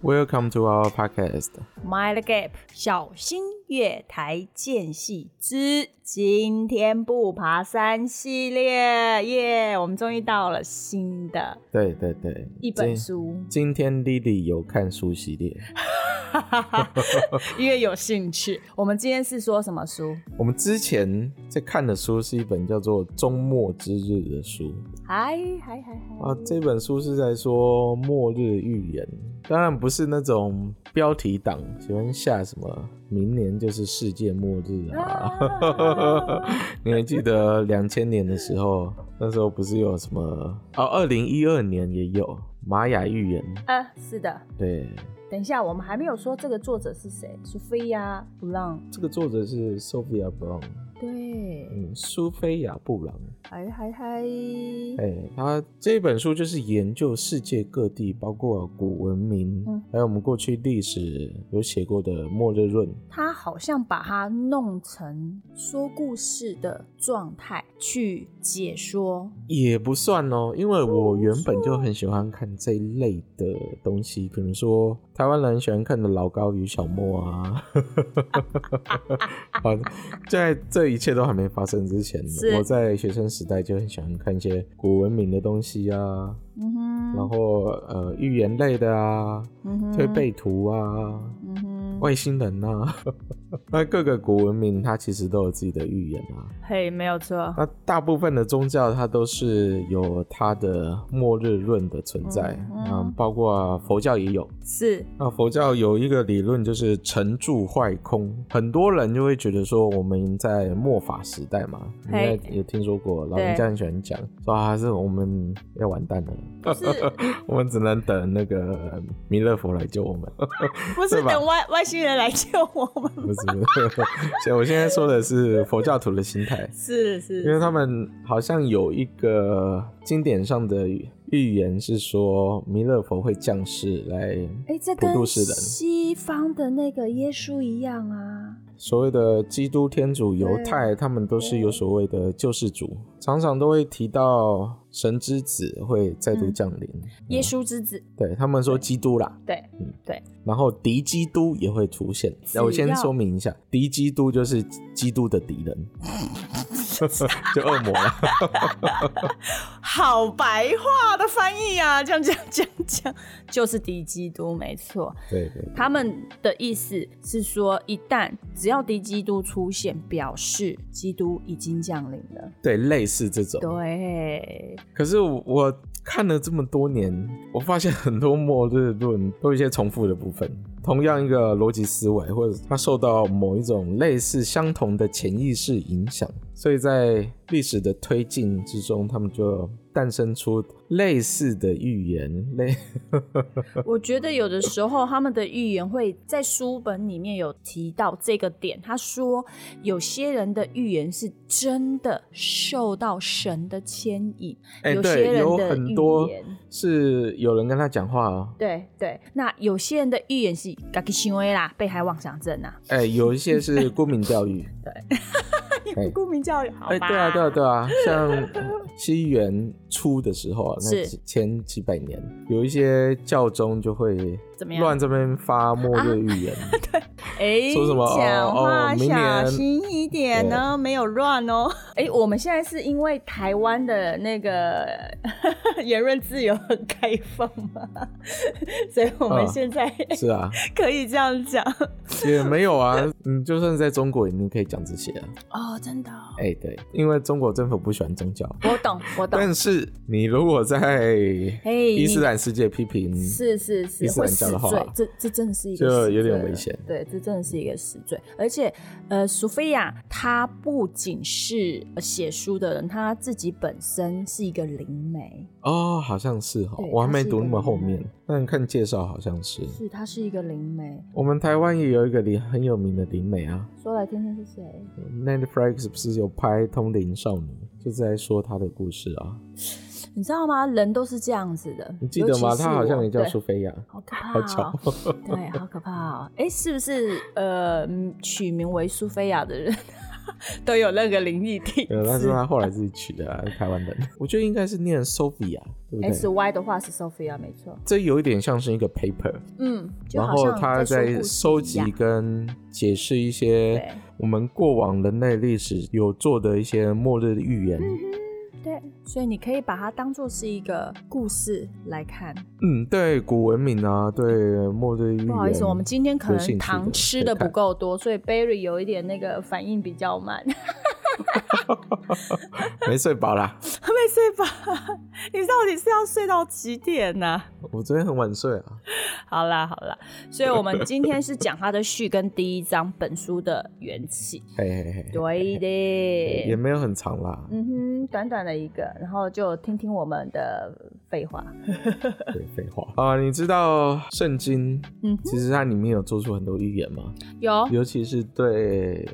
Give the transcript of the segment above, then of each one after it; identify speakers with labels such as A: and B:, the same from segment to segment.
A: Welcome to our podcast。
B: Mind the Gap，小心月台间隙之今天不爬山系列，耶、我们终于到了新的
A: 对对对，
B: 一本
A: 今。
B: 书，
A: 今天 Lily 有看书系列，
B: 因为有兴趣。我们今天是说什么书
A: 我们之前在看的书是一本叫做《终末之日》的书
B: 嗨嗨嗨嗨！
A: 啊。这本书是在说末日预言，当然不是那种标题党，喜欢下什么明年就是世界末日啊。 你还记得两千年的时候，那时候不是有什么哦，二零一二年也有玛雅预言，
B: 呃，是的。
A: 对。
B: 等一下，我们还没有说这个作者是谁，苏菲亚·布朗。
A: 这个作者是 Sophia Brown，
B: 对，
A: 嗯，苏菲亚布朗。
B: 嗨嗨嗨！
A: 哎、她这本书就是研究世界各地，包括古文明，
B: 嗯
A: 还有我们过去历史有写过的末日论。
B: 他好像把它弄成说故事的状态去解说，
A: 也不算哦，因为我原本
B: 哦
A: 就很喜欢看这一类的东西，比如说台湾人喜欢看的老高与小莫啊。好，在这一切都还没发生之前
B: 是，
A: 我在学生时代就很喜欢看一些古文明的东西啊，
B: 嗯哼，
A: 然后呃预言类的啊，
B: 嗯哼
A: 推背图啊，
B: 嗯哼，
A: 外星人啊， 那各个古文明它其实都有自己的预言啊。
B: 嘿，没 有错，
A: 那大部分的宗教它都是有它的末日论的存在，
B: 嗯
A: 嗯包括佛教也有。
B: 是，
A: 那佛教有一个理论就是成住坏空，很多人就会觉得说我们在末法时代嘛，应该
B: 嘿
A: 也听说过，老人家很喜欢讲说啊，是我们要完蛋了，
B: 不是
A: 我们只能等那个弥勒佛来救我们。
B: 不是
A: 对吧
B: 等外外星人来救我 们？
A: 不是，不是， 所以我现在说的是佛教徒的心态，
B: 是
A: 因为
B: 是，
A: 他们好像有一个经典上的预言是说弥勒佛会降世来
B: 哎，这
A: 普
B: 跟
A: 渡世人
B: 西方的那个耶稣一样啊，
A: 所谓的基督、天主、犹太，他们都是有所谓的救世主，常常都会提到神之子会再度降临。
B: 耶稣之子，
A: 对他们说基督啦，嗯
B: 对
A: 然后敌基督也会出现。
B: 只
A: 那我先
B: 要
A: 说明一下，敌基督就是基督的敌人， 就恶魔了。
B: 好白话的翻译啊，这样这样这样这样，就是敌基督，没错。
A: 对对
B: 他们的意思是说，一旦只要敌基督出现，表示基督已经降临了。
A: 对，类似这种。
B: 对，
A: 可是我我看了这么多年，我发现很多末日论都有一些重复的部分。同样一个逻辑思维，或者它受到某一种类似相同的潜意识影响，所以在历史的推进之中，他们就诞生出类似的预言。类
B: 我觉得有的时候他们的预言会在书本里面有提到这个点。他说，有些人的预言是真的受到神的牵引，
A: 哎、
B: 有些
A: 对，
B: 人
A: 有
B: 的
A: 很
B: 预
A: 多
B: 言。
A: 是有人跟他讲话哦。
B: 对对，那有些人的预言是自己行为啦，被害妄想症 啊，
A: 哎、有一些是沽名钓誉。哎
B: 顾名教育， 好吧？
A: 哎、对啊，对啊，对 啊，像呃西元初的时候啊，那
B: 是
A: 几前几百年，有一些教宗就会
B: 怎么样啊
A: 乱这边发末日预 言，
B: 哎，
A: 说什么哦
B: 讲话
A: 哦明
B: 小
A: 年
B: 心一点哦，没有乱哦。 哎，我们现在是因为台湾的那个 言论自由很开放嘛， 所以我们
A: 嗯
B: 现 在
A: 是啊，
B: 可以这样讲
A: 也没有啊，你就算在中国，你可以讲这些啊。
B: 哦，真的哦。
A: 哎、对，因为中国政府不喜欢宗教，
B: 我懂，我懂。
A: 但是你如果在
B: 嘿
A: 伊斯兰世界批评，
B: 是是是，
A: 伊斯
B: 会
A: 兰
B: 死
A: 教的话
B: 罪，这这真的是一个
A: 就
B: 死
A: 有点
B: 罪
A: 危
B: 了
A: 险
B: 对，这真的是一个死罪。而且，呃，苏菲亚她不仅是呃写书的人，她自己本身是一个灵媒，
A: 哦，好像是哈，
B: 对
A: 我还
B: 它
A: 没
B: 是一
A: 读
B: 个嗯
A: 那么后
B: 文
A: 面，但看介绍好像是。
B: 是她是一个灵媒。
A: 我们台湾也有一个灵很有名的灵媒啊，
B: 说来听听是谁？
A: Netflix 不是有拍《通灵少女》，就是在说她的故事啊，
B: 你知道吗？人都是这样子的，
A: 你记得吗？
B: 尤其是
A: 她好像
B: 我
A: 也叫
B: 对
A: 苏菲亚，
B: 好可怕、
A: 好
B: 哦，
A: 巧。
B: 对，好可怕哦！哎，是不是呃，嗯取名为苏菲亚的人， 都有那个灵异体
A: 对，呃但是
B: 质。
A: 他后来自己取的、啊，台湾人。我觉得应该是念 Sophia，对不对
B: S Y 的话是 Sophia 没错，
A: 这有一点像是一个 paper，
B: 嗯，就
A: 然
B: 好
A: 后
B: 像
A: 他
B: 在说
A: 在
B: 故事
A: 收
B: 一
A: 集
B: 样
A: 跟解释一些
B: 对
A: 我们过往人类历史有做的一些末日预言。
B: 嗯对，所以你可以把它当做是一个故事来看。
A: 嗯，对古文明啊，对末日预言。
B: 不好意思，我们今天可
A: 有兴趣
B: 能糖
A: 的
B: 吃
A: 可以
B: 的不
A: 看
B: 够多，所以 Barry 有一点那个反应比较慢，没
A: 没睡饱啦，
B: 睡吧？你到底是要睡到几点呢、
A: 我昨天很晚睡啊。
B: 好啦好啦，所以我们今天是讲它的序跟第一章本书的缘起。
A: 嘿嘿嘿，
B: 对
A: 也
B: 的，
A: 没有很长啦。
B: 嗯哼，短短的一个，然后就听听我们的废话。
A: 对，废话啊、你知道圣经
B: 嗯哼，哦
A: 其实它里面有做出很多预言吗？
B: 有，
A: 尤其是对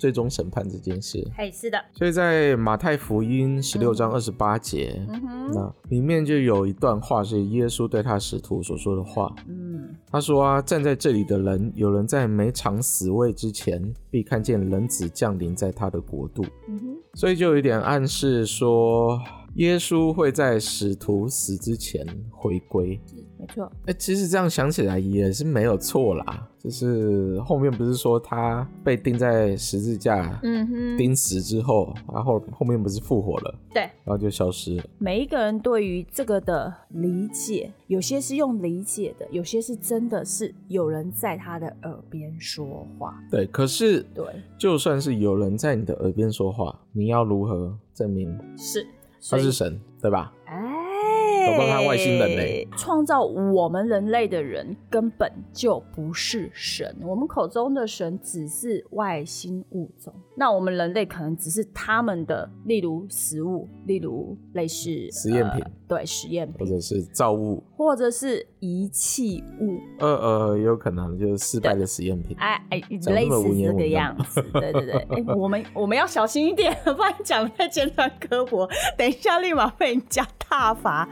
A: 最终审判这件事。
B: 嘿，是的，
A: 所以在马太福音十六章二十八节，
B: 嗯哼，
A: 那里面就有一段话是耶稣对他使徒所说的话。
B: 嗯，
A: 他说啊，站在这里的人，有人在没尝死味之前，必看见人子降临在他的国度。
B: 嗯哼，
A: 所以就有一点暗示说，耶稣会在使徒死之前回归。
B: 没错，
A: 哎、其实这样想起来也是没有错啦。就是后面不是说他被钉在十字架、
B: 嗯哼，
A: 钉死之后，然后后面不是复活了，
B: 对。
A: 然后就消失了。
B: 每一个人对于这个的理解，有些是用理解的，有些是真的是有人在他的耳边说话。
A: 对，可是
B: 对，
A: 就算是有人在你的耳边说话，你要如何证明
B: 是，
A: 他
B: 所以
A: 是神，对吧？
B: 哎，
A: 搞不好他外星人嘞
B: 创造我们人类的人根本就不是神，我们口中的神只是外星物种。那我们人类可能只是他们的，例如食物，例如类似
A: 实验品
B: 呃对实验
A: 或
B: 品，
A: 者是造物？
B: 或者是遗弃物。
A: 呃呃，有可能就是失败的实验品。
B: 哎哎，
A: 讲那
B: 类
A: 么
B: 似
A: 文
B: 是
A: 言
B: 这个
A: 文
B: 样子，对对对。哎，我们我们要小心一点， 不然讲得太尖酸刻薄，等一下立马被人家踏伐。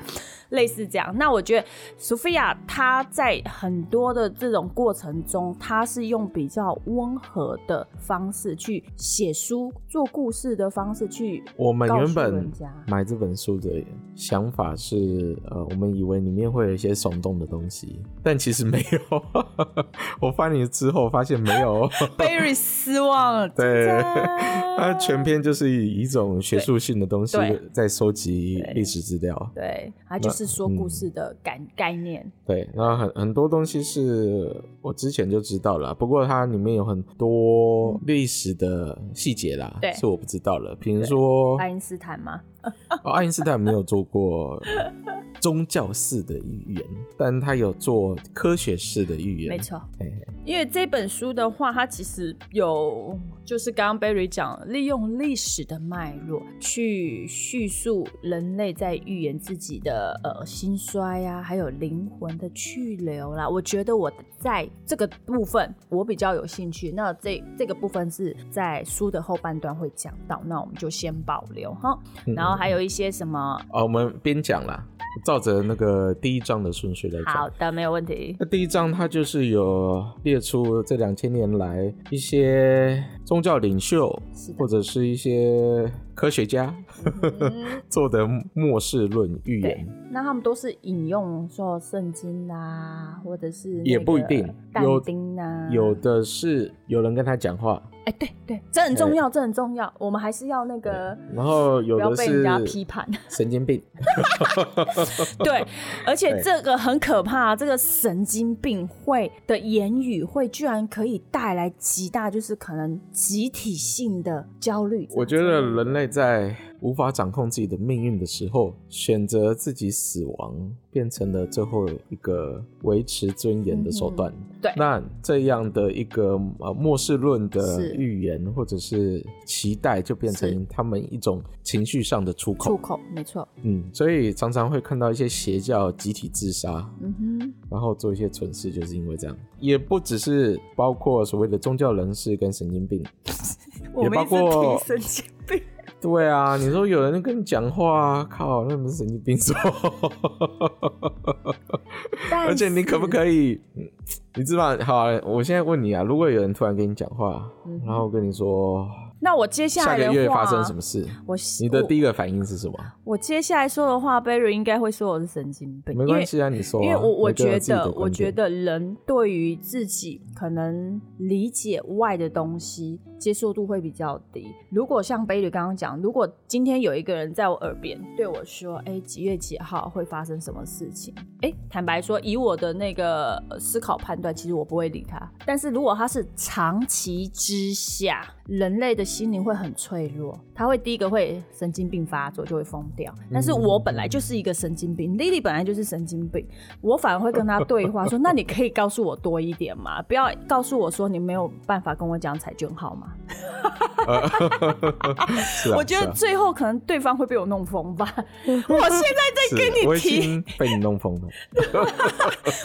B: 类似这样，那我觉得苏菲亚她在很多的这种过程中，她是用比较温和的方式去写书、做故事的方式去
A: 我们
B: 告
A: 原
B: 诉
A: 本
B: 人家
A: 买这本书的想法是，呃，我们以为里面会有一些耸动的东西，但其实没有。 我翻你之后发现没 有，
B: Barry 失望了。
A: 对
B: 짜잔
A: 它全篇就是以一种学术性的东西
B: 对
A: 在收集历史资料。
B: 对，他就是说
A: 嗯
B: 故事的感、概念。
A: 对，那很很多东西是我之前就知道了，啊不过它里面有很多历史的细节啦，
B: 嗯对哎
A: 是我不知道了。比如说，
B: 爱因斯坦吗？
A: 哦，爱因斯坦没有做过宗教式的预言，但他有做科学式的预言。
B: 没，错，
A: 啊嘿嘿
B: 因为这本书的话，它其实有就是刚刚 Barry 讲，利用历史的脉络去叙述人类在预言自己的呃兴衰呀、还有灵魂的去留啦。我觉得我在这个部分我比较有兴趣，那这这个部分是在书的后半段会讲到，那我们就先保留哈。
A: 嗯
B: 然后还有一些什么，
A: 哦，我们边讲啦，照着那个第一章的顺序来
B: 好
A: 讲。
B: 的，没有问题。
A: 那第一章它就是有列出这两千年来一些宗教领袖
B: 是的
A: 或者是一些科学家
B: 嗯
A: 做的末世论预
B: 对
A: 言。，
B: 那他们都是引用说圣经啦、或者是那
A: 也不一
B: 个
A: 定
B: 但
A: 有
B: 丁啊，
A: 有的是有人跟他讲话，
B: 哎，对对，这很重要，这很重要，我们还是要那个。
A: 然后有
B: 不要
A: 的
B: 被人
A: 是
B: 家批判，
A: 神经病，
B: 对，而且
A: 对
B: 这个很可怕，这个神经病会的言语会居然可以带来极大，就是可能集体性的焦虑。
A: 我觉得人类在无法掌控自己的命运的时候，选择自己死亡，变成了最后一个维持尊严的手段。
B: 对
A: 那这样的一个呃末世论的
B: 是
A: 预言或者是期待，就变成
B: 是
A: 他们一种情绪上的出口。
B: 出口，没错，
A: 嗯，所以常常会看到一些邪教集体自杀，
B: 嗯哼，
A: 然后做一些蠢事，就是因为这样。也不只是包括所谓的宗教人士跟神经病，
B: 我们
A: 包
B: 一直
A: 括
B: 提神经病，
A: 对啊，你说有人跟你讲话、啊，靠，那不是神经病说？而且你可不
B: 以？
A: 可以，嗯你知道吗？好啊、我现在问你啊，如果有人突然跟你讲话，
B: 嗯哼
A: 然后跟你说
B: 那我接下
A: 下
B: 来的
A: 个
B: 话，啊
A: 月发生什么事？
B: 我
A: 你的
B: 我
A: 第一个反应是什么？
B: 我接下来说的话，Barry 应该会说我是神经病，
A: 没
B: 因为
A: 关系啊，你说啊、
B: 因为我我
A: 每个人
B: 觉
A: 有自己的
B: 得，
A: 观
B: 我觉
A: 点
B: 得人对于自己可能理解外的东西接受度会比较低。如果像贝吕刚刚讲，如果今天有一个人在我耳边对我说：“哎，几月几号会发生什么事情？”哎，坦白说，以我的那个呃思考判断，其实我不会理他。但是如果他是长期之下，人类的心灵会很脆弱，他会第一个会神经病发作，就会疯掉。但是我本来就是一个神经病，Lily 本来就是神经病，我反而会跟他对话，说：“那你可以告诉我多一点吗？不要告诉我说你没有办法跟我讲彩券号码。
A: 是啊
B: 我觉
A: 是
B: 得
A: 啊
B: 最后可能对方会被我弄疯吧。我现在在跟
A: 是我
B: 你
A: 已
B: 提，
A: 经被你弄疯了。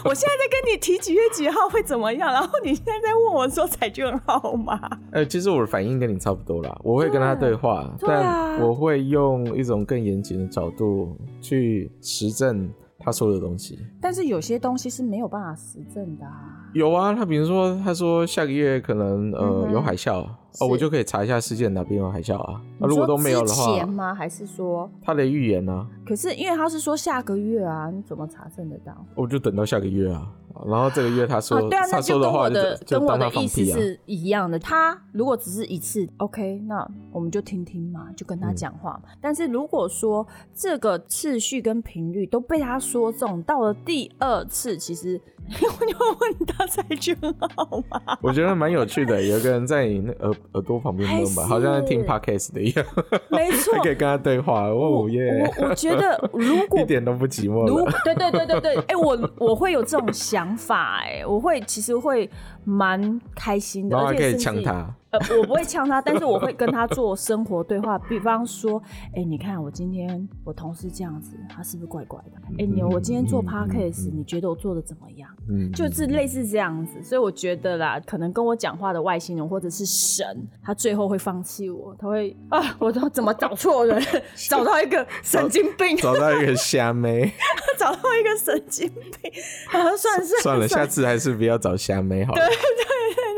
B: 我现在在跟你提几月几号会怎么样，然后你现在在问我说彩券号码，
A: 呃，其实我的反应跟你差不多啦，我会跟他对话，
B: 嗯对啊
A: 但我会用一种更严谨的角度去实证他说的东西。
B: 但是有些东西是没有办法实证的、啊。
A: 有啊，他比如说他说下个月可能
B: 嗯
A: 呃、
B: 哼
A: 有海啸，
B: 是
A: 哦，我就可以查一下世界哪边有海啸啊。那、如果都没有的
B: 你说
A: 话
B: 之前，吗？还是说，
A: 他的预言呢、啊
B: 可是因为他是说下个月啊，你怎么查证得到？
A: 我就等到下个月啊。然后这个月他说、
B: 啊，对啊，那
A: 他
B: 就
A: 说
B: 跟
A: 话
B: 我
A: 就
B: 的
A: 就
B: 跟我
A: 当他
B: 的
A: 放
B: 意思
A: 屁啊。
B: 是一样的。他如果只是一次，OK，那我们就听听嘛，就跟他讲话嘛。但是如果说这个次序跟频率都被他说中，到了第二次，其实 我就会问他才觉得好吗？
A: 我觉得蛮有趣的，有个人在你那耳耳朵旁边弄吧，
B: 还
A: 好像在听
B: 是
A: podcast 的一样，
B: 没错
A: 还，可以跟他对话。哦耶！
B: 我我觉得如 果
A: 一点都不寂寞
B: 如
A: 了。
B: 对对对对对，哎、我我会有这种想法、哎，我会其实会蛮开心的，
A: 然后
B: 而
A: 还
B: 且
A: 可以
B: 甚至
A: 呛他。
B: 呃，我不会呛他，但是我会跟他做生活对话，比方说，哎、你看我今天我同事这样子，他是不是怪怪的？哎、你我今天做
A: 嗯嗯嗯
B: podcast，、
A: 嗯
B: 你觉得我做的怎么样？
A: 嗯，
B: 就是 类似这样子，所以我觉得啦，可能跟我讲话的外星人或者是神，他最后会放弃我，他会啊，我都怎么找 错人，找到一个神经病，
A: 找到一个虾妹，
B: 找到一个神 经病，啊，算是
A: 算了，下
B: 次
A: 次还是不要找虾妹好了，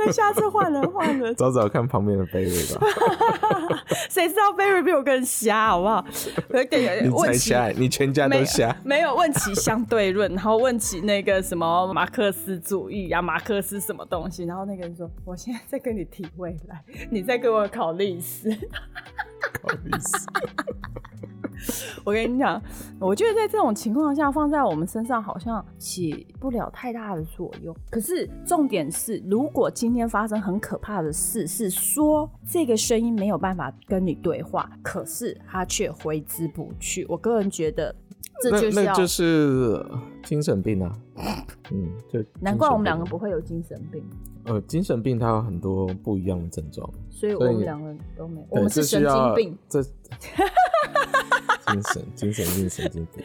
B: 那下次换人换人，
A: 找找看旁边的贝瑞吧。
B: 谁知道 Barry 比我更瞎，好不 好？我给
A: 你
B: 问
A: 才
B: 起
A: 虾，你全家
B: 没
A: 都
B: 有
A: 虾。
B: 没有问起相对论，然后问起那个什么马克思主义啊，马克思什么东西，然后那个人说：“我现在在跟你提未来，你在跟我考历史。”
A: 不好意思
B: 我跟你讲，我觉得在这种情况下放在我们身上好像起不了太大的作用。可是重点是，如果今天发生很可怕的事，是说这个声音没有办法跟你对话，可是它却挥之不去。我个人觉得。 这
A: 那
B: 就是
A: 那
B: 要，
A: 就是精神病啊。嗯，就
B: 难怪我
A: 精
B: 们
A: 神
B: 两
A: 病
B: 个不会有精神病，
A: 呃，精神病它有很多不一样的症状。
B: 所以我
A: 所以
B: 们两个人都没，我
A: 对
B: 们是神经病。，
A: 这 是要这精神精神病神经病，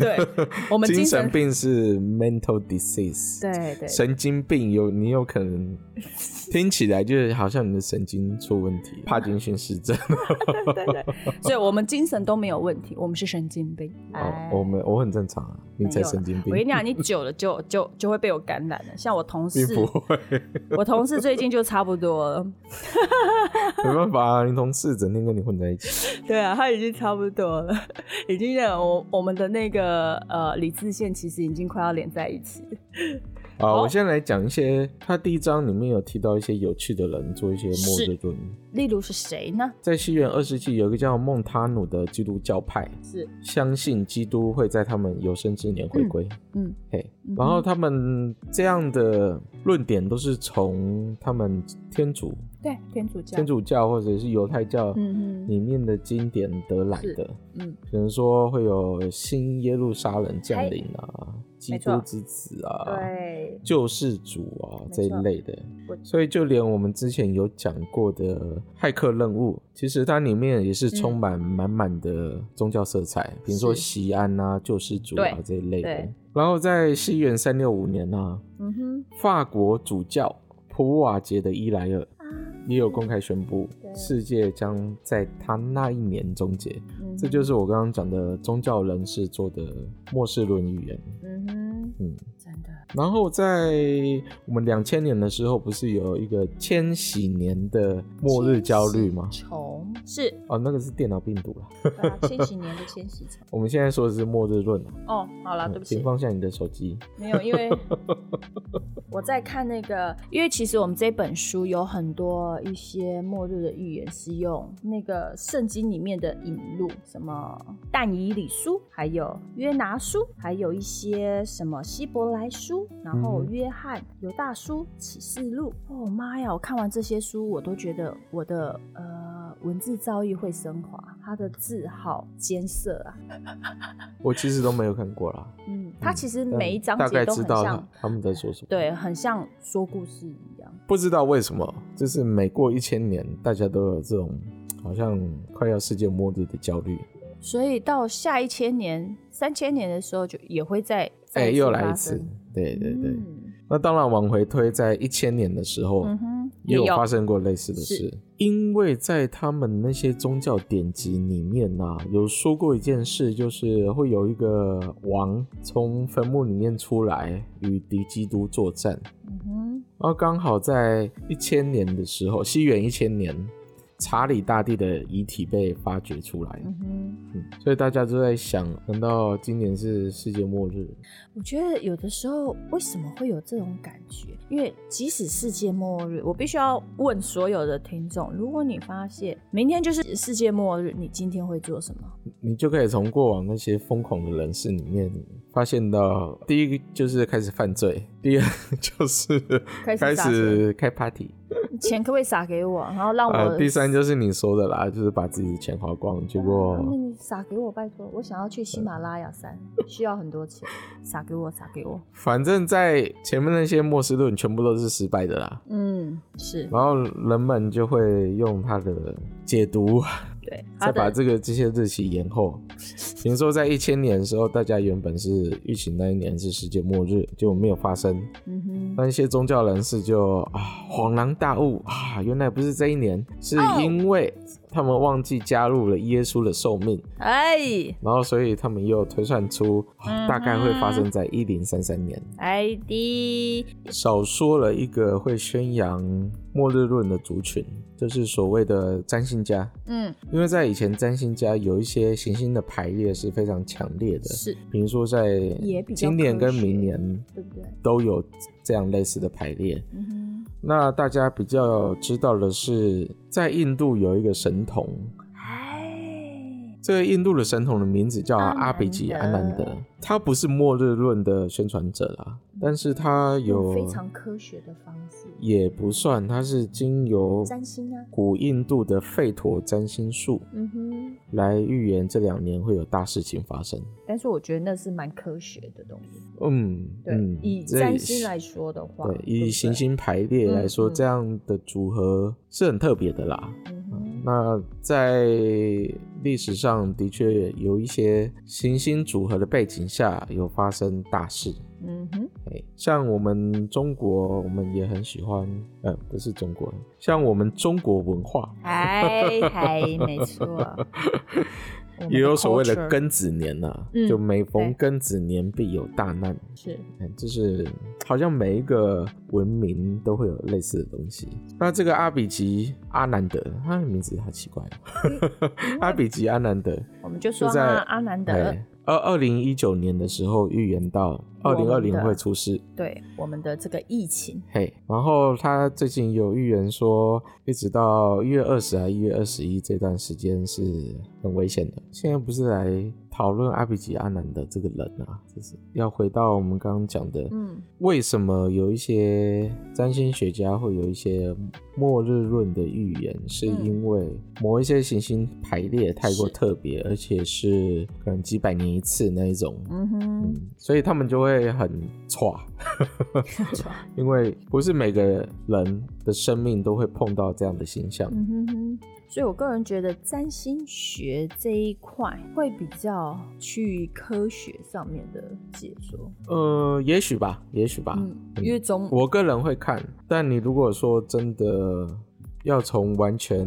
A: 对，
B: 对， 我们
A: 精
B: 神
A: 神，病是 mental disease，
B: 对对，
A: 神经病有你有可 能听起来就是好像你的神经出问 题，帕金逊氏症。
B: 对对，所以我们精神都没有问题，我们是神经病。哎
A: 哦，我们我很正常啊，你
B: 没有
A: 才
B: 啦
A: 神经病
B: 我跟，你讲，你久了就就就会被我感染了。像我同
A: 并
B: 事，
A: 不会，
B: 我同事最近就差不多了。
A: 没办法啊，你同事整天跟你混在一 起，
B: 对啊，他已经差不多了， 已经让我我们的那个呃理智线其实已经快要连在一起。
A: 啊，
B: 好
A: 我现在来讲一些，他第一章里面有提到一些有趣的人，做一些末日论。
B: 例如是谁呢？
A: 在西元二世纪，有一个叫孟塔努的基督教派，
B: 是
A: 相信基督会在他们有生之年回归。
B: 嗯
A: 嘿
B: 嗯哼，
A: 然后他们这样的论点都是从他们天主、
B: 对天主教，
A: 天主教或者是犹太教
B: 嗯哼
A: 里面的经典得来的。
B: 嗯
A: 可能说会有新耶路撒冷降临啊，基
B: 没错
A: 督之子啊，
B: 对
A: 救世主啊
B: 没错
A: 这一类的
B: 我。
A: 所以就连我们之前有讲过的骇客任务，其实它里面也是充满满满的宗教色彩，比如说
B: 嗯是
A: 西安啊、救世主啊
B: 对
A: 这一类的
B: 对。
A: 然后在西元三六五年啊，
B: 嗯哼
A: 法国主教普瓦捷的伊莱尔
B: 啊
A: 也有公开宣布
B: 对，
A: 世界将在他那一年终结。
B: 嗯哼
A: 这就是我刚刚讲的宗教人士做的末世论预言。
B: 嗯哼
A: 嗯，
B: 真的
A: 然后在我们两千年的时候，不是有一个千禧年的末日焦虑吗？
B: 虫是
A: 哦，那个是电脑病毒了。
B: 对啊，千禧年的千禧虫。
A: 我们现在说的是末日论啊。
B: 哦，好了，对不
A: 嗯请
B: 起，
A: 放下你的手机。
B: 没有，因为我在看那个，因为其实我们这本书有很多一些末日的预言是用那个圣经里面的引路，什么但以理书，还有约拿书，还有一些什么希伯来书，然后
A: 嗯哼
B: 约翰、犹大书、启示录。哦妈呀！我看完这些书，我都觉得我的呃文字造诣会升华，它的字好艰涩啊。
A: 我其实都没有看过啦。
B: 嗯， 它其实每一
A: 但
B: 章
A: 大概
B: 节都
A: 知
B: 很
A: 道
B: 像
A: 他。他们在说什么。，
B: 对，很像说故事一样。
A: 不知道为什么，就是每过一千年，大家都有这种好像快要世界末日的焦虑。
B: 所以到下一千年、三千年的时候，就也会再
A: 哎、
B: 再
A: 又
B: 发
A: 来一次
B: 生。
A: 对对对。
B: 嗯
A: 那当然，往回推，在一千年的时候，
B: 嗯哼，
A: 也有
B: 也有
A: 发生过类似的事
B: 是。
A: 因为在他们那些宗教典籍里面呐、有说过一件事，就是会有一个王从坟墓里面出来，与敌基督作战。
B: 嗯哼，
A: 然后刚好在一千年的时候，西元一千年，查理大帝的遗体被发掘出来，
B: 嗯哼。
A: 嗯所以大家都在想，难道今年是世界末日？
B: 我觉得有的时候为什么会有这种感觉？因为即使世界末日，我必须要问所有的听众：如果你发现明天就是世界末日，你今天会做什么？
A: 你就可以从过往那些疯狂的人士里面发现到，第一个就是开始犯罪，第二个就是
B: 开始
A: 开
B: 撒
A: 始开 party，
B: 钱可不可以撒给我？然后让我、
A: 呃，第三就是你说的啦，就是把自己的钱花光，结果
B: 啊那你撒给我，拜托，我想要去喜马拉雅山，需要很多钱， 撒给我，撒给我。
A: 反正在前面那些末世论全部都是失败的啦。
B: 嗯，是
A: 然后人们就会用他的解读，
B: 对，
A: 再
B: 他
A: 把
B: 的
A: 这个这些日期延后。比如说，在一千年的时候，大家原本是预期那一年是世界末日，结果没有发生。
B: 嗯哼，
A: 那一些宗教人士就啊恍然大悟啊，原来不是这一年，是
B: 哦
A: 因为他们忘记加入了耶稣的寿命，
B: 哎
A: 然后所以他们又推算出、啊
B: 嗯
A: 大概会发生在一零三三年。
B: 哎的，
A: 少说了一个会宣扬末日论的族群，就是所谓的占星家。
B: 嗯，
A: 因为在以前，占星家有一些行星的排列是非常强烈的，
B: 是
A: 比如说在
B: 也比较
A: 今年跟
B: 科学
A: 明年
B: 对不对？
A: 都有这样类似的排列。
B: 嗯
A: 那大家比较知道的是，在印度有一个神童，
B: 哼，哎，
A: 这个印度的神童的名字叫
B: 阿南德
A: 阿比吉·安南德，他不是末日论的宣传者啦，但是他有
B: 用嗯非常科学的方式，
A: 也不算，它是经由
B: 占星啊
A: 古印度的吠陀占星术
B: 嗯哼，
A: 来预言这两年会有大事情发生。
B: 但是我觉得那是蛮科学的东西。
A: 嗯，
B: 对，
A: 嗯
B: 以
A: 这
B: 占星来说的话，
A: 对，
B: 不
A: 以行，星排列来说，
B: 嗯嗯
A: 这样的组合是很特别的啦。
B: 嗯哼，
A: 那在历史上的确有一些行星组合的背景下有发生大事。
B: 嗯哼，
A: 哎，像我们中国，我们也很喜欢，呃，不是中国，像我们中国文化，
B: 哎 哎，没 错，我们
A: 也有所谓的
B: culture
A: 庚子年呐、啊，
B: 嗯
A: 就每逢
B: 对
A: 庚子年必有大难，
B: 是
A: 嗯就是好像每一个文明都会有类似的东西。那这个阿比吉阿南德，他的名字好奇怪、哦， 阿比吉阿南德
B: 我们就说
A: 就在
B: 他阿嗯南德，
A: 哎，二二零一九年的时候预言到
B: 我
A: 二
B: 们
A: 零
B: 的
A: 二零会出事，
B: 对我们的这个疫情，
A: 嘿，然后他最近有预言说，一直到一月二十啊一月二十一这段时间是很危险的。现在不是来讨论阿比吉阿南的这个人啊，就是要回到我们刚刚讲的，
B: 嗯，
A: 为什么有一些占星学家会有一些末日论的预言，是
B: 嗯
A: 因为某一些行星排列太过
B: 是
A: 特别，而且是可能几百年一次那一种，
B: 嗯哼，
A: 嗯，所以他们就会很歘。因为不是每个人的生命都会碰到这样的形象。
B: 嗯哼哼。所以，我个人觉得占星学这一块会比较去科学上面的解说，
A: 呃，也许
B: 嗯
A: 吧，也许吧。
B: 嗯，因为总
A: 我个人会看，但你如果说真的要从完全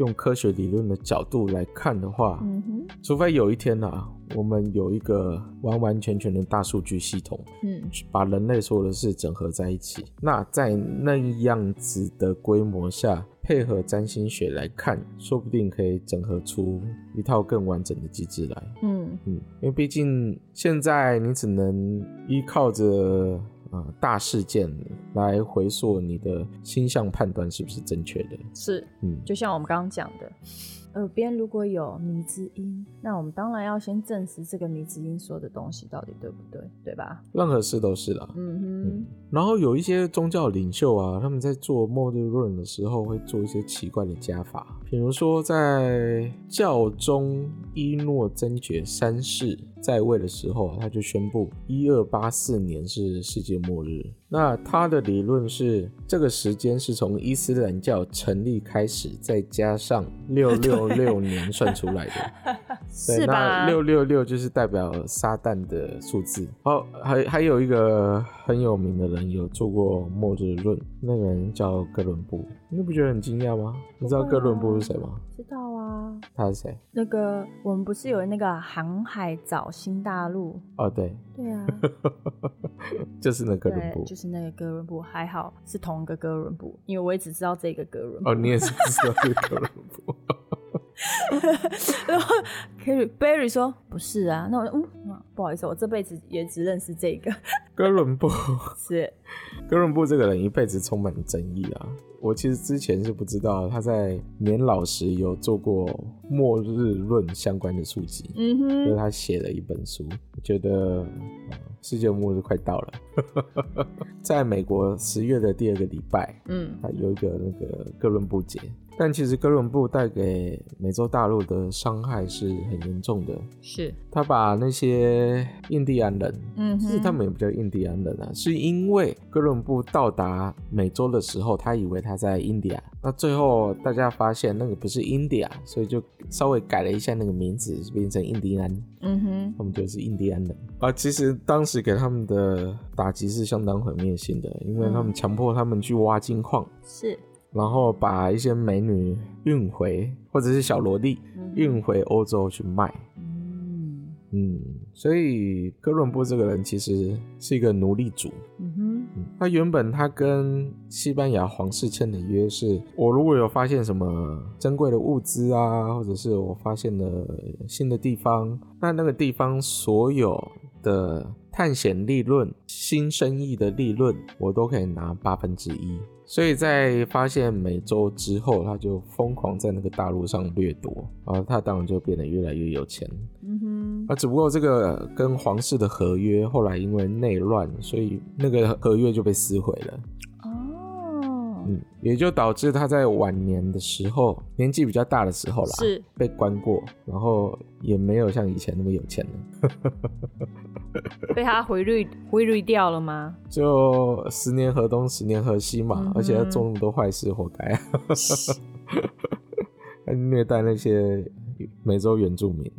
A: 用科学理论的角度来看的话，
B: 嗯哼，
A: 除非有一天啊，我们有一个完完全全的大数据系统，
B: 嗯
A: 把人类所有的事整合在一起。那在那样子的规模下，配合占星学来看，说不定可以整合出一套更完整的机制来。
B: 嗯，
A: 嗯，因为毕竟现在你只能依靠着啊、呃大事件来回溯你的星象判断是不是正确的。
B: 是，
A: 嗯，
B: 就像我们刚刚讲的，耳边如果有迷之音，那我们当然要先证实这个迷之音说的东西到底对不对，对吧？
A: 任何事都是啦。
B: 嗯哼，
A: 然后有一些宗教领袖啊，他们在做末日论的时候会做一些奇怪的加法，比如说在教宗伊诺真爵三世在位的时候啊，他就宣布一二八四年是世界末日。那他的理论是，这个时间是从伊斯兰教成立开始，再加上六六六年算出来的。对
B: 是
A: 那
B: 吧？
A: 六六六就是代表撒旦的数字。哦，还还有一个很有名的人有做过末日论，那个人叫哥伦布。你不觉得很惊讶吗？你
B: 啊
A: 知道哥伦布是谁吗？
B: 知道啊，
A: 他是谁？
B: 那个我们不是有那个航海找新大陆？
A: 哦，对，
B: 对啊，
A: 就是那哥伦
B: 对
A: 布，。
B: 就是那个哥伦布，还好是同一个哥伦布，因为我也只知道这个哥伦布。
A: 哦，你也是知道是哥伦布。
B: 然 后 Carrie- Barry 说不是啊，那我嗯嗯，不好意思，我这辈子也只认识这个，
A: 哥伦布，
B: 是
A: 哥伦布这个人一辈子充满争议啊。我其实之前是不知道他在年老时有做过末日论相关的书籍。
B: 嗯
A: 就是
B: 哼，
A: 他写了一本书，我觉得、呃世界末日快到了。 在美国十月的第二个礼拜，
B: 嗯
A: 它有一个那个哥伦布节，但其实哥伦布带给美洲大陆的伤害是很严重的。
B: 是，
A: 他把那些印第安人，
B: 嗯
A: 其实
B: 哼，
A: 他们也不叫印第安人啊，是因为哥伦布到达美洲的时候，他以为他在印第安，那最后大家发现那个不是印第安，所以就稍微改了一下那个名字，变成印第安。
B: 嗯哼，
A: 他们就是印第安人啊。其实当时给他们的打击是相当毁灭性的，因为他们强迫他们去挖金矿，
B: 是，
A: 然后把一些美女运回，或者是小萝莉
B: 嗯
A: 运回欧洲去卖。
B: 嗯
A: 嗯，所以哥伦布这个人其实是一个奴隶主。
B: 嗯哼，
A: 嗯他原本他跟西班牙皇室签的约是，我如果有发现什么珍贵的物资啊，或者是我发现了新的地方，那那个地方所有的探险利润、新生意的利润，我都可以拿八分之一。所以在发现美洲之后，他就疯狂在那个大陆上掠夺，然后他当然就变得越来越有钱。
B: 嗯哼，
A: 啊，只不过这个跟皇室的合约后来因为内乱，所以那个合约就被撕毁了。
B: 哦，
A: 嗯，也就导致他在晚年的时候，年纪比较大的时候啦，
B: 是，
A: 被关过，然后也没有像以前那么有钱了，
B: 被他回绿回绿掉了吗？
A: 就十年河东十年河西嘛，
B: 嗯哼
A: 而且他做那么多坏事，活该 啊， 他虐待那些美洲原住民。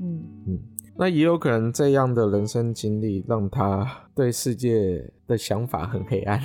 B: 嗯
A: 那也有可能这样的人生经历让他对世界的想法很黑暗。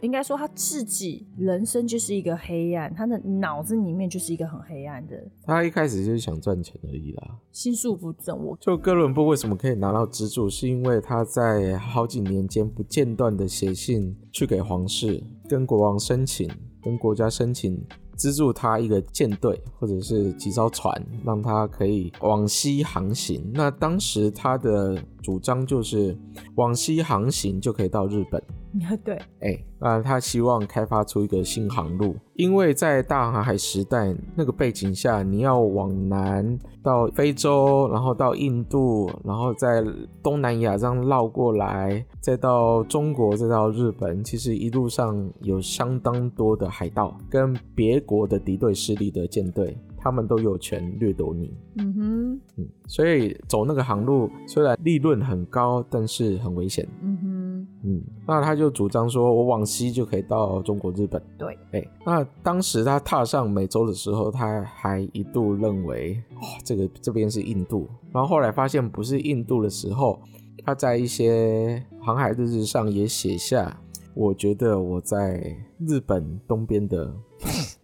B: 应该说他自己人生就是一个黑暗，他的脑子里面就是一个很黑暗的
A: 他一开始就是想赚钱而已啦。
B: 心术不正。我
A: 就哥伦布为什么可以拿到资助，是因为他在好几年间不间断的写信去给皇室、跟国王申请、跟国家申请资助他一个舰队或者是几艘船，让他可以往西航行。那当时他的主张就是往西航行就可以到日本。
B: 对，
A: 哎、那他希望开发出一个新航路，因为在大航海时代那个背景下，你要往南到非洲，然后到印度，然后在东南亚这样绕过来，再到中国，再到日本，其实一路上有相当多的海盗跟别国的敌对势力的舰队，他们都有权掠夺你。
B: 嗯哼，
A: 嗯，所以走那个航路虽然利润很高，但是很危险。
B: 嗯哼，
A: 嗯，那他就主张说，我往西就可以到中国、日本。
B: 对，
A: 哎、那当时他踏上美洲的时候，他还一度认为，哦，这个这边是印度。然后后来发现不是印度的时候，他在一些航海日志上也写下，我觉得我在日本东边的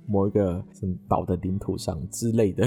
A: 某一个什么岛的领土上之类的。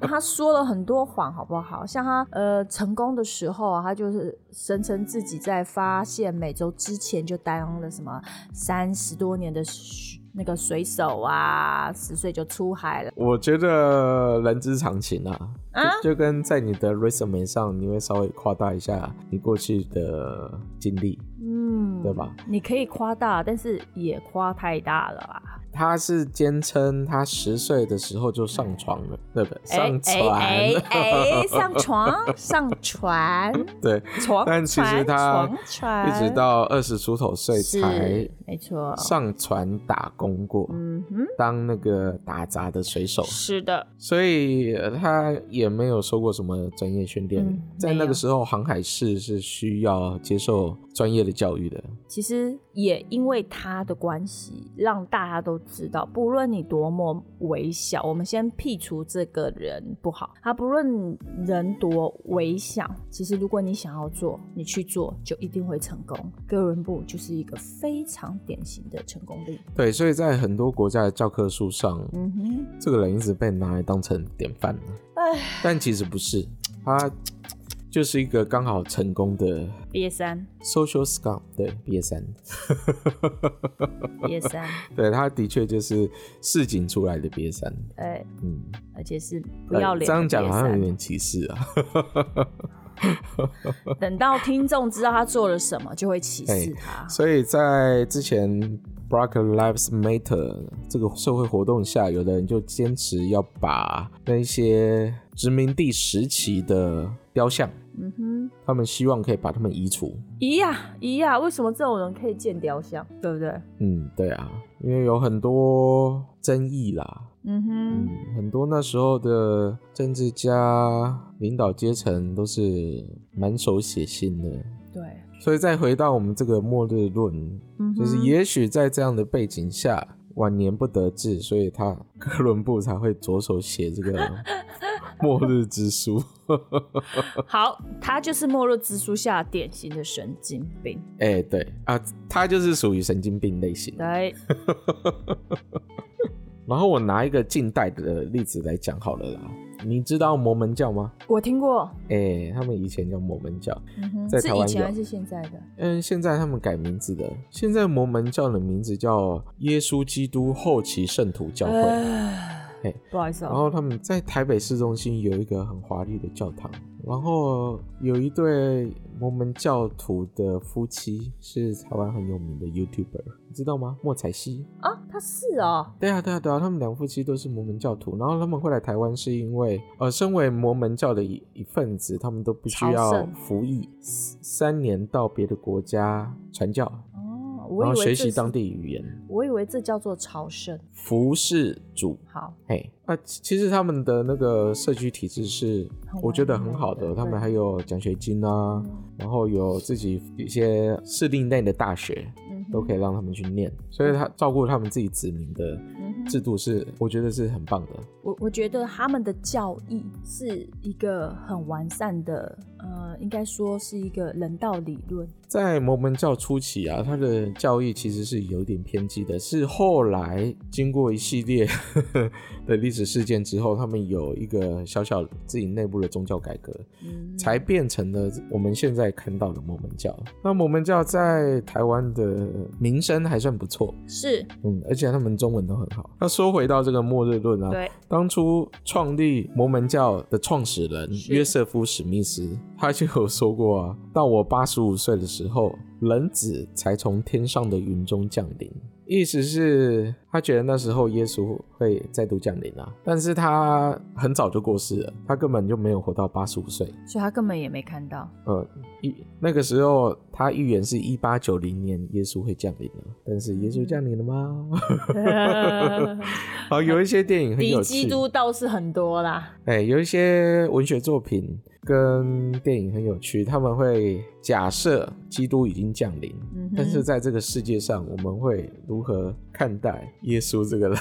B: 那他说了很多谎，好不好？像他呃成功的时候啊，他就是声称自己在发现美洲之前就当了什么三十多年的水那个水手啊，十岁就出海了。
A: 我觉得人之常情啊，
B: 啊
A: 就就跟在你的 resume 上，你会稍微夸大一下你过去的经历，
B: 嗯，
A: 对？吧？
B: 你可以夸大，但是也夸太大了啊啦。
A: 他是坚称他十岁的时候就上床了，对不对？上船，
B: 哎哎哎，上床，上船，
A: 对，
B: 床，
A: 但其实他
B: 床船，
A: 一直到二十出头岁才
B: 是没错，
A: 上船打工过，
B: 嗯哼，
A: 当那个打杂的水手，
B: 是的，
A: 所以呃他也没有受过什么专业训练。
B: 嗯
A: 在
B: 没
A: 那
B: 有
A: 个时候，航海士是需要接受专业的教育的。
B: 其实也因为他的关系，让大家都知道，不论你多么微小，我们先剔除这个人不好，他不论人多微小，其实如果你想要做，你去做就一定会成功。哥伦布就是一个非常典型的成功例。
A: 对，所以在很多国家的教科书上，
B: 嗯哼，
A: 这个人一直被拿来当成典范，
B: 哎，
A: 但其实不是，他就是一个刚好成功的
B: 毕业三，
A: social scum，对，毕业生，
B: 毕业 三，
A: 对，他的确就是市井出来的毕业生，
B: 哎，
A: 嗯，
B: 而且是不要
A: 呃
B: 脸
A: 这
B: 的
A: 样
B: 瘪三。
A: 讲好像有点歧视啊，
B: 等到听众知道他做了什么，就会歧
A: 哎
B: 视他。
A: 所以在之前 Black Lives Matter 这个社会活动下，有的人就坚持要把那些殖民地时期的雕像，
B: 嗯哼，
A: 他们希望可以把他们移除。
B: 咦呀咦呀，为什么这种人可以建雕像，对不对？
A: 嗯，对啊，因为有很多争议啦，
B: 嗯
A: 嗯
B: 哼，，
A: 很多那时候的政治家、领导阶层都是满手血腥的，
B: 对，
A: 所以再回到我们这个末日论，
B: 嗯哼
A: 就是也许在这样的背景下，晚年不得志，所以他哥伦布才会着手写这个 末日之书。
B: 好，他就是末日之书下典型的神经病。
A: 哎、对啊，他就是属于神经病类型。
B: 对，
A: 然后我拿一个近代的例子来讲好了啦。你知道摩门教吗？
B: 我听过，
A: 哎、他们以前叫摩门教，
B: 嗯哼，
A: 在
B: 是
A: 台湾
B: 以前
A: 有
B: 还是现在的？
A: 嗯，现在他们改名字的。现在摩门教的名字叫耶稣基督后期圣徒教会。
B: 哎
A: 嘿
B: 不好意思
A: 然
B: 哦，
A: 后他们在台北市中心有一个很华丽的教堂，然后有一对摩门教徒的夫妻是台湾很有名的 YouTuber，你知道吗？莫彩希。
B: 啊，他是哦，
A: 对啊，对啊，对啊，他们两夫妻都是摩门教徒，然后他们会来台湾是因为，呃，身为摩门教的一一份子，他们都必须
B: 朝
A: 要
B: 圣
A: 服役三三年到别的国家传教，
B: 哦，
A: 然
B: 我
A: 后
B: 以为
A: 学
B: 这
A: 习
B: 是
A: 当，地语言，
B: 我以为这叫做朝圣。
A: 服侍主
B: 好，
A: 嘿，那啊其其实他们的那个社区体制是
B: 很
A: 我觉得很
B: 完
A: 好
B: 美
A: 的，
B: 的
A: 他们
B: 对
A: 还有奖学金啊，
B: 嗯
A: 然后有自己一些市立内的大学
B: 嗯哼
A: 都可以让他们去念，所以他照顾他们自己子民的
B: 嗯哼
A: 制度是，我觉得是很棒的。
B: 我我觉得他们的教义是一个很完善的，呃，应该说是一个人道理论。
A: 在摩门教初期啊，他的教义其实是有点偏激的，是后来经过一系列 的历史事件之后，他们有一个小小自己内部的宗教改革，
B: 嗯
A: 才变成了我们现在看到的摩门教。那摩门教在台湾的名声还算不错，
B: 是
A: 嗯，而且他们中文都很好。那说回到这个末日论啊，
B: 对，
A: 当初创立摩门教的创始人
B: 是
A: 约瑟夫·史密斯，他就有说过啊，到我八十五岁的时候，人子才从天上的云中降临。意思是，他觉得那时候耶稣会再度降临啊，但是他很早就过世了，他根本就没有活到八十五岁。
B: 所以他根本也没看 到。
A: 呃，一那个时候他预言是一八九零年耶稣会降临了，但是耶稣降临了 吗？好，有一些电影很有
B: 敌
A: 趣
B: 基，督倒是很多啦，
A: 哎、有一些文学作品跟电影很有趣，他们会假设基督已经降临，
B: 嗯哼
A: 但是在这个世界上，我们 会如何看待耶稣这个人？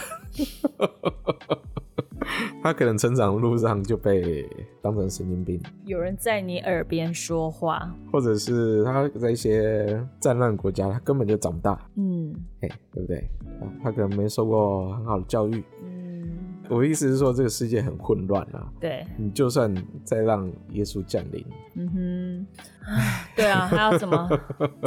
A: 他可能成长路上就被当成神经病，
B: 有人在你耳边说话，
A: 或者是他在一些战乱国家，他根本就长不大，
B: 嗯
A: 哎，对不对？啊他可能没受过很好的教育。
B: 嗯，
A: 我的意思是说，这个世界很混乱啊。
B: 对，
A: 你就算再让耶稣降临，
B: 嗯哼，唉对啊，他要怎 么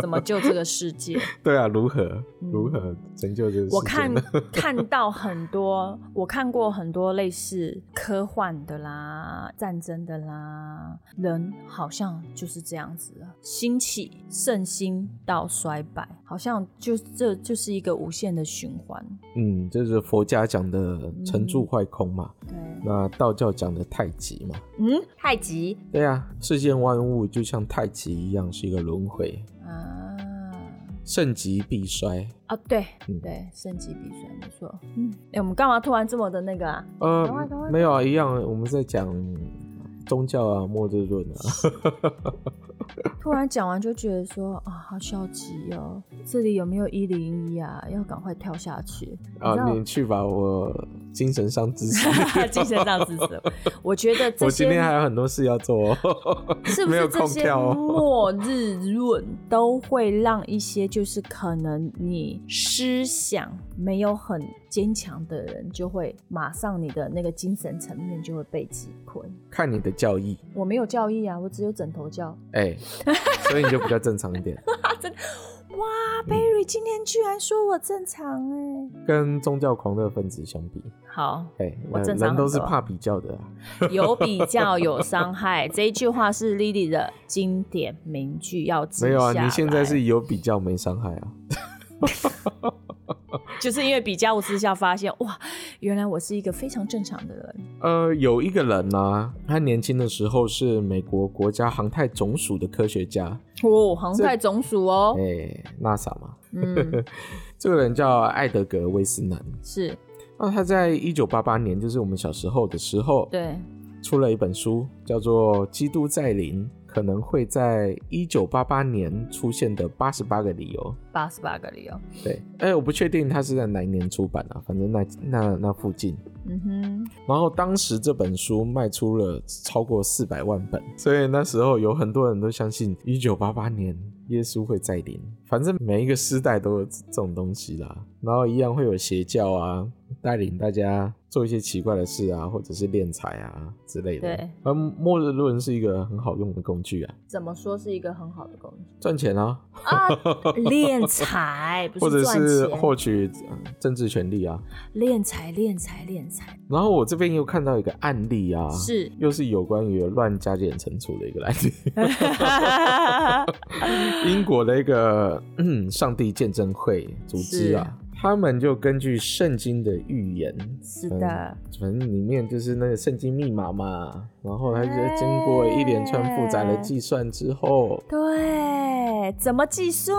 B: 怎么救这个世界？
A: 对啊，如何如何拯救这个世界呢？
B: 我看看到很多，我看过很多类似科幻的啦、战争的啦，人好像就是这样子了，兴起、盛兴到衰败，好像就这就是一个无限的循环。
A: 嗯，这是佛家讲的成住坏空嘛，
B: 对，
A: 那道教讲的太极嘛。
B: 嗯，太极
A: 对啊，世间万物就像太极一样，是一个轮回，
B: 啊
A: 盛极必衰。
B: 啊，对
A: 嗯
B: 对，盛极必衰，没错。嗯，哎、我们干嘛突然这么的那个啊？赶快赶
A: 呃
B: 快，
A: 没有啊，一样，我们在讲宗教啊，末日论啊。
B: 突然讲完就觉得说啊，好消极哦！这里有没有一零一啊？要赶快跳下去！知
A: 啊，
B: 道
A: 你去吧，我精神上支持。
B: 精神上支持。我觉得 这
A: 我今天还
B: 些
A: 有很多事要做、哦，
B: 是不
A: 没有
B: 是这
A: 空
B: 些嗯
A: 跳、哦。
B: 末日论都会让一些就是可能你思想没有很坚强的人，就会马上你的那个精神层面就会被击溃。
A: 看你的教义，
B: 我没有教义啊，我只有枕头教。
A: 哎、所以你就比较正常一 点。
B: 哇，Berry
A: 嗯
B: 今天居然说我正常哎、
A: 跟宗教狂热分子相比，
B: 好，
A: 哎、
B: 我
A: 人
B: 正常
A: 人
B: 很
A: 都是
B: 多
A: 怕比较的、啊。
B: 有比较有伤害，这一句话是 Lily 的经典名句，要记
A: 没有啊，
B: 下
A: 你现
B: 来
A: 在是有比较没伤害啊。
B: 就是因为比较之下发现，哇，原来我是一个非常正常的人。
A: 呃，有一个人呢、他年轻的时候是美国国家航太总署的科学家，
B: 哦，航太总 署哦
A: 哎、，，NASA 嘛。
B: 嗯，
A: 这个人叫艾德格·威斯南。
B: 是
A: 那他在一九八八年，就是我们小时候的时候，
B: 对，
A: 出了一本书，叫做《基督再临可能会在一九八八年出现的八十八个理由》。
B: 八十八个理由。
A: 对，哎，我不确定它是在哪一年出版啊，反正那那那附近。
B: 嗯哼，
A: 然后当时这本书卖出了超过四百万本，所以那时候有很多人都相信一九八八年耶稣会再临。反正每一个时代都有这种东西啦，然后一样会有邪教啊，带领大家做一些奇怪的事啊，或者是敛财啊之类的。
B: 对，
A: 而末日论是一个很好用的工具啊，
B: 怎么说是一个很好的工具
A: 赚钱啊，
B: 啊？敛财哎不
A: 或者
B: 是赚
A: 是
B: 钱，
A: 获取呃政治权利啊。
B: 敛财，敛财，敛财
A: 然后我这边又看到一个案例啊，
B: 是
A: 又是有关于乱加减乘除的一个案例。英国的一个、嗯、上帝见证会组织啊，他们就根据圣经的预言，
B: 是的，
A: 反正里面就是那个圣经密码嘛，然后他就经过一连串复杂的计算之后，
B: 对，怎么计算？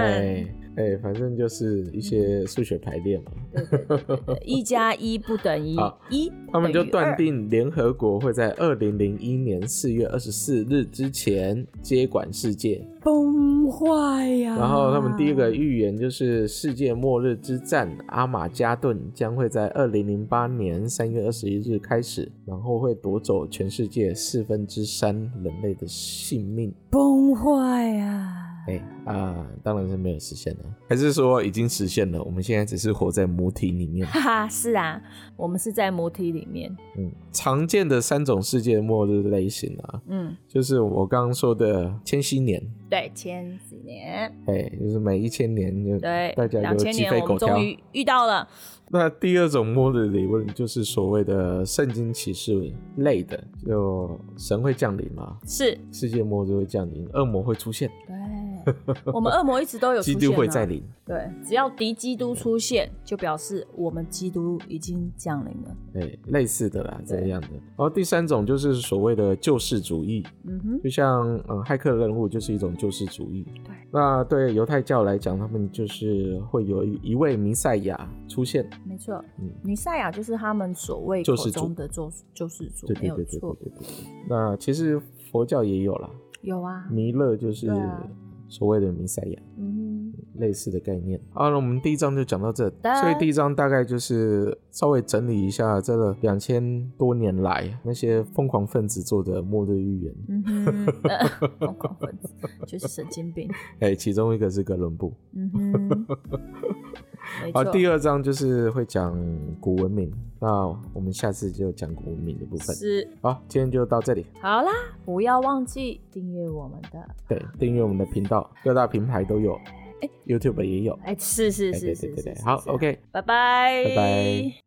A: 哎哎，反正就是一些数学排列嘛，
B: 对对对对对一加一不等于
A: 好
B: 一，
A: 他们就
B: 等于
A: 断
B: 二
A: 定联合国会在二零零一年四月二十四日之前接管世界，
B: 崩坏呀、
A: 然后他们第一
B: 啊
A: 个预言就是世界末日之战阿马加顿将会在二零零八年三月二十一日开始，然后会夺走全世界四分之三人类的性命。
B: 崩坏呀、
A: 哎啊，当然是没有实现了，还是说已经实现了？我们现在只是活在母体里 面。
B: 哈哈，是啊，我们是在母体里面，
A: 嗯，常见的三种世界末日类型啊，
B: 嗯，
A: 就是我刚刚说的千禧年，
B: 对，前几年，
A: 哎，就是每一千年就
B: 对
A: 大，家
B: 两
A: 就
B: 千
A: 鸡
B: 年
A: 飞
B: 我
A: 狗
B: 们
A: 跳
B: 终。于遇到了，
A: 那第二种末日理论就是所谓的圣经启示类的，就神会降临嘛，
B: 是，
A: 世界末日会降临，恶魔会出现，
B: 对，我们恶魔一直都有出
A: 基
B: 现、啊，
A: 督会再临。
B: 对，只要敌基督出现，就表示我们基督已经降临了，
A: 对，哎类似的啦，
B: 对
A: 这样的。然后第三种就是所谓的救世主义，
B: 嗯哼，
A: 就像嗯，骇客任务就是一种救世主义。
B: 对，
A: 那对犹太教来讲，他们就是会有一一位弥赛亚出现。
B: 没错，
A: 嗯
B: 弥赛亚就是他们所谓
A: 救
B: 口
A: 世主
B: 中的救救世主，
A: 对
B: 没
A: 对
B: 有
A: 对对对
B: 错
A: 对，对。那其实佛教也有啦，
B: 有啊，
A: 弥勒就是
B: 对啊
A: 所谓的弥赛亚。
B: 嗯哼，
A: 类似的概念。好、啊，那我们第一章就讲到这，所以第一章大概就是稍微整理一下这个两千多年来那些疯狂分子做的末日预言。
B: 嗯哼，呃疯狂分子就是神经病。
A: 哎、其中一个是哥伦布。
B: 嗯哼，没
A: 好，
B: 错。
A: 第二章就是会讲古文明，那我们下次就讲古文明的部分。
B: 是
A: 好，今天就到这里。
B: 好啦，不要忘记订阅我们的。
A: 对，订阅我们的频道，各大平台都有，
B: 哎
A: y o u t u b e 也有。
B: 哎，是是
A: 对
B: 是
A: 对
B: 是
A: 对对
B: 是
A: 对，
B: 是
A: 好
B: 是
A: ，OK。
B: 拜拜，
A: 拜拜。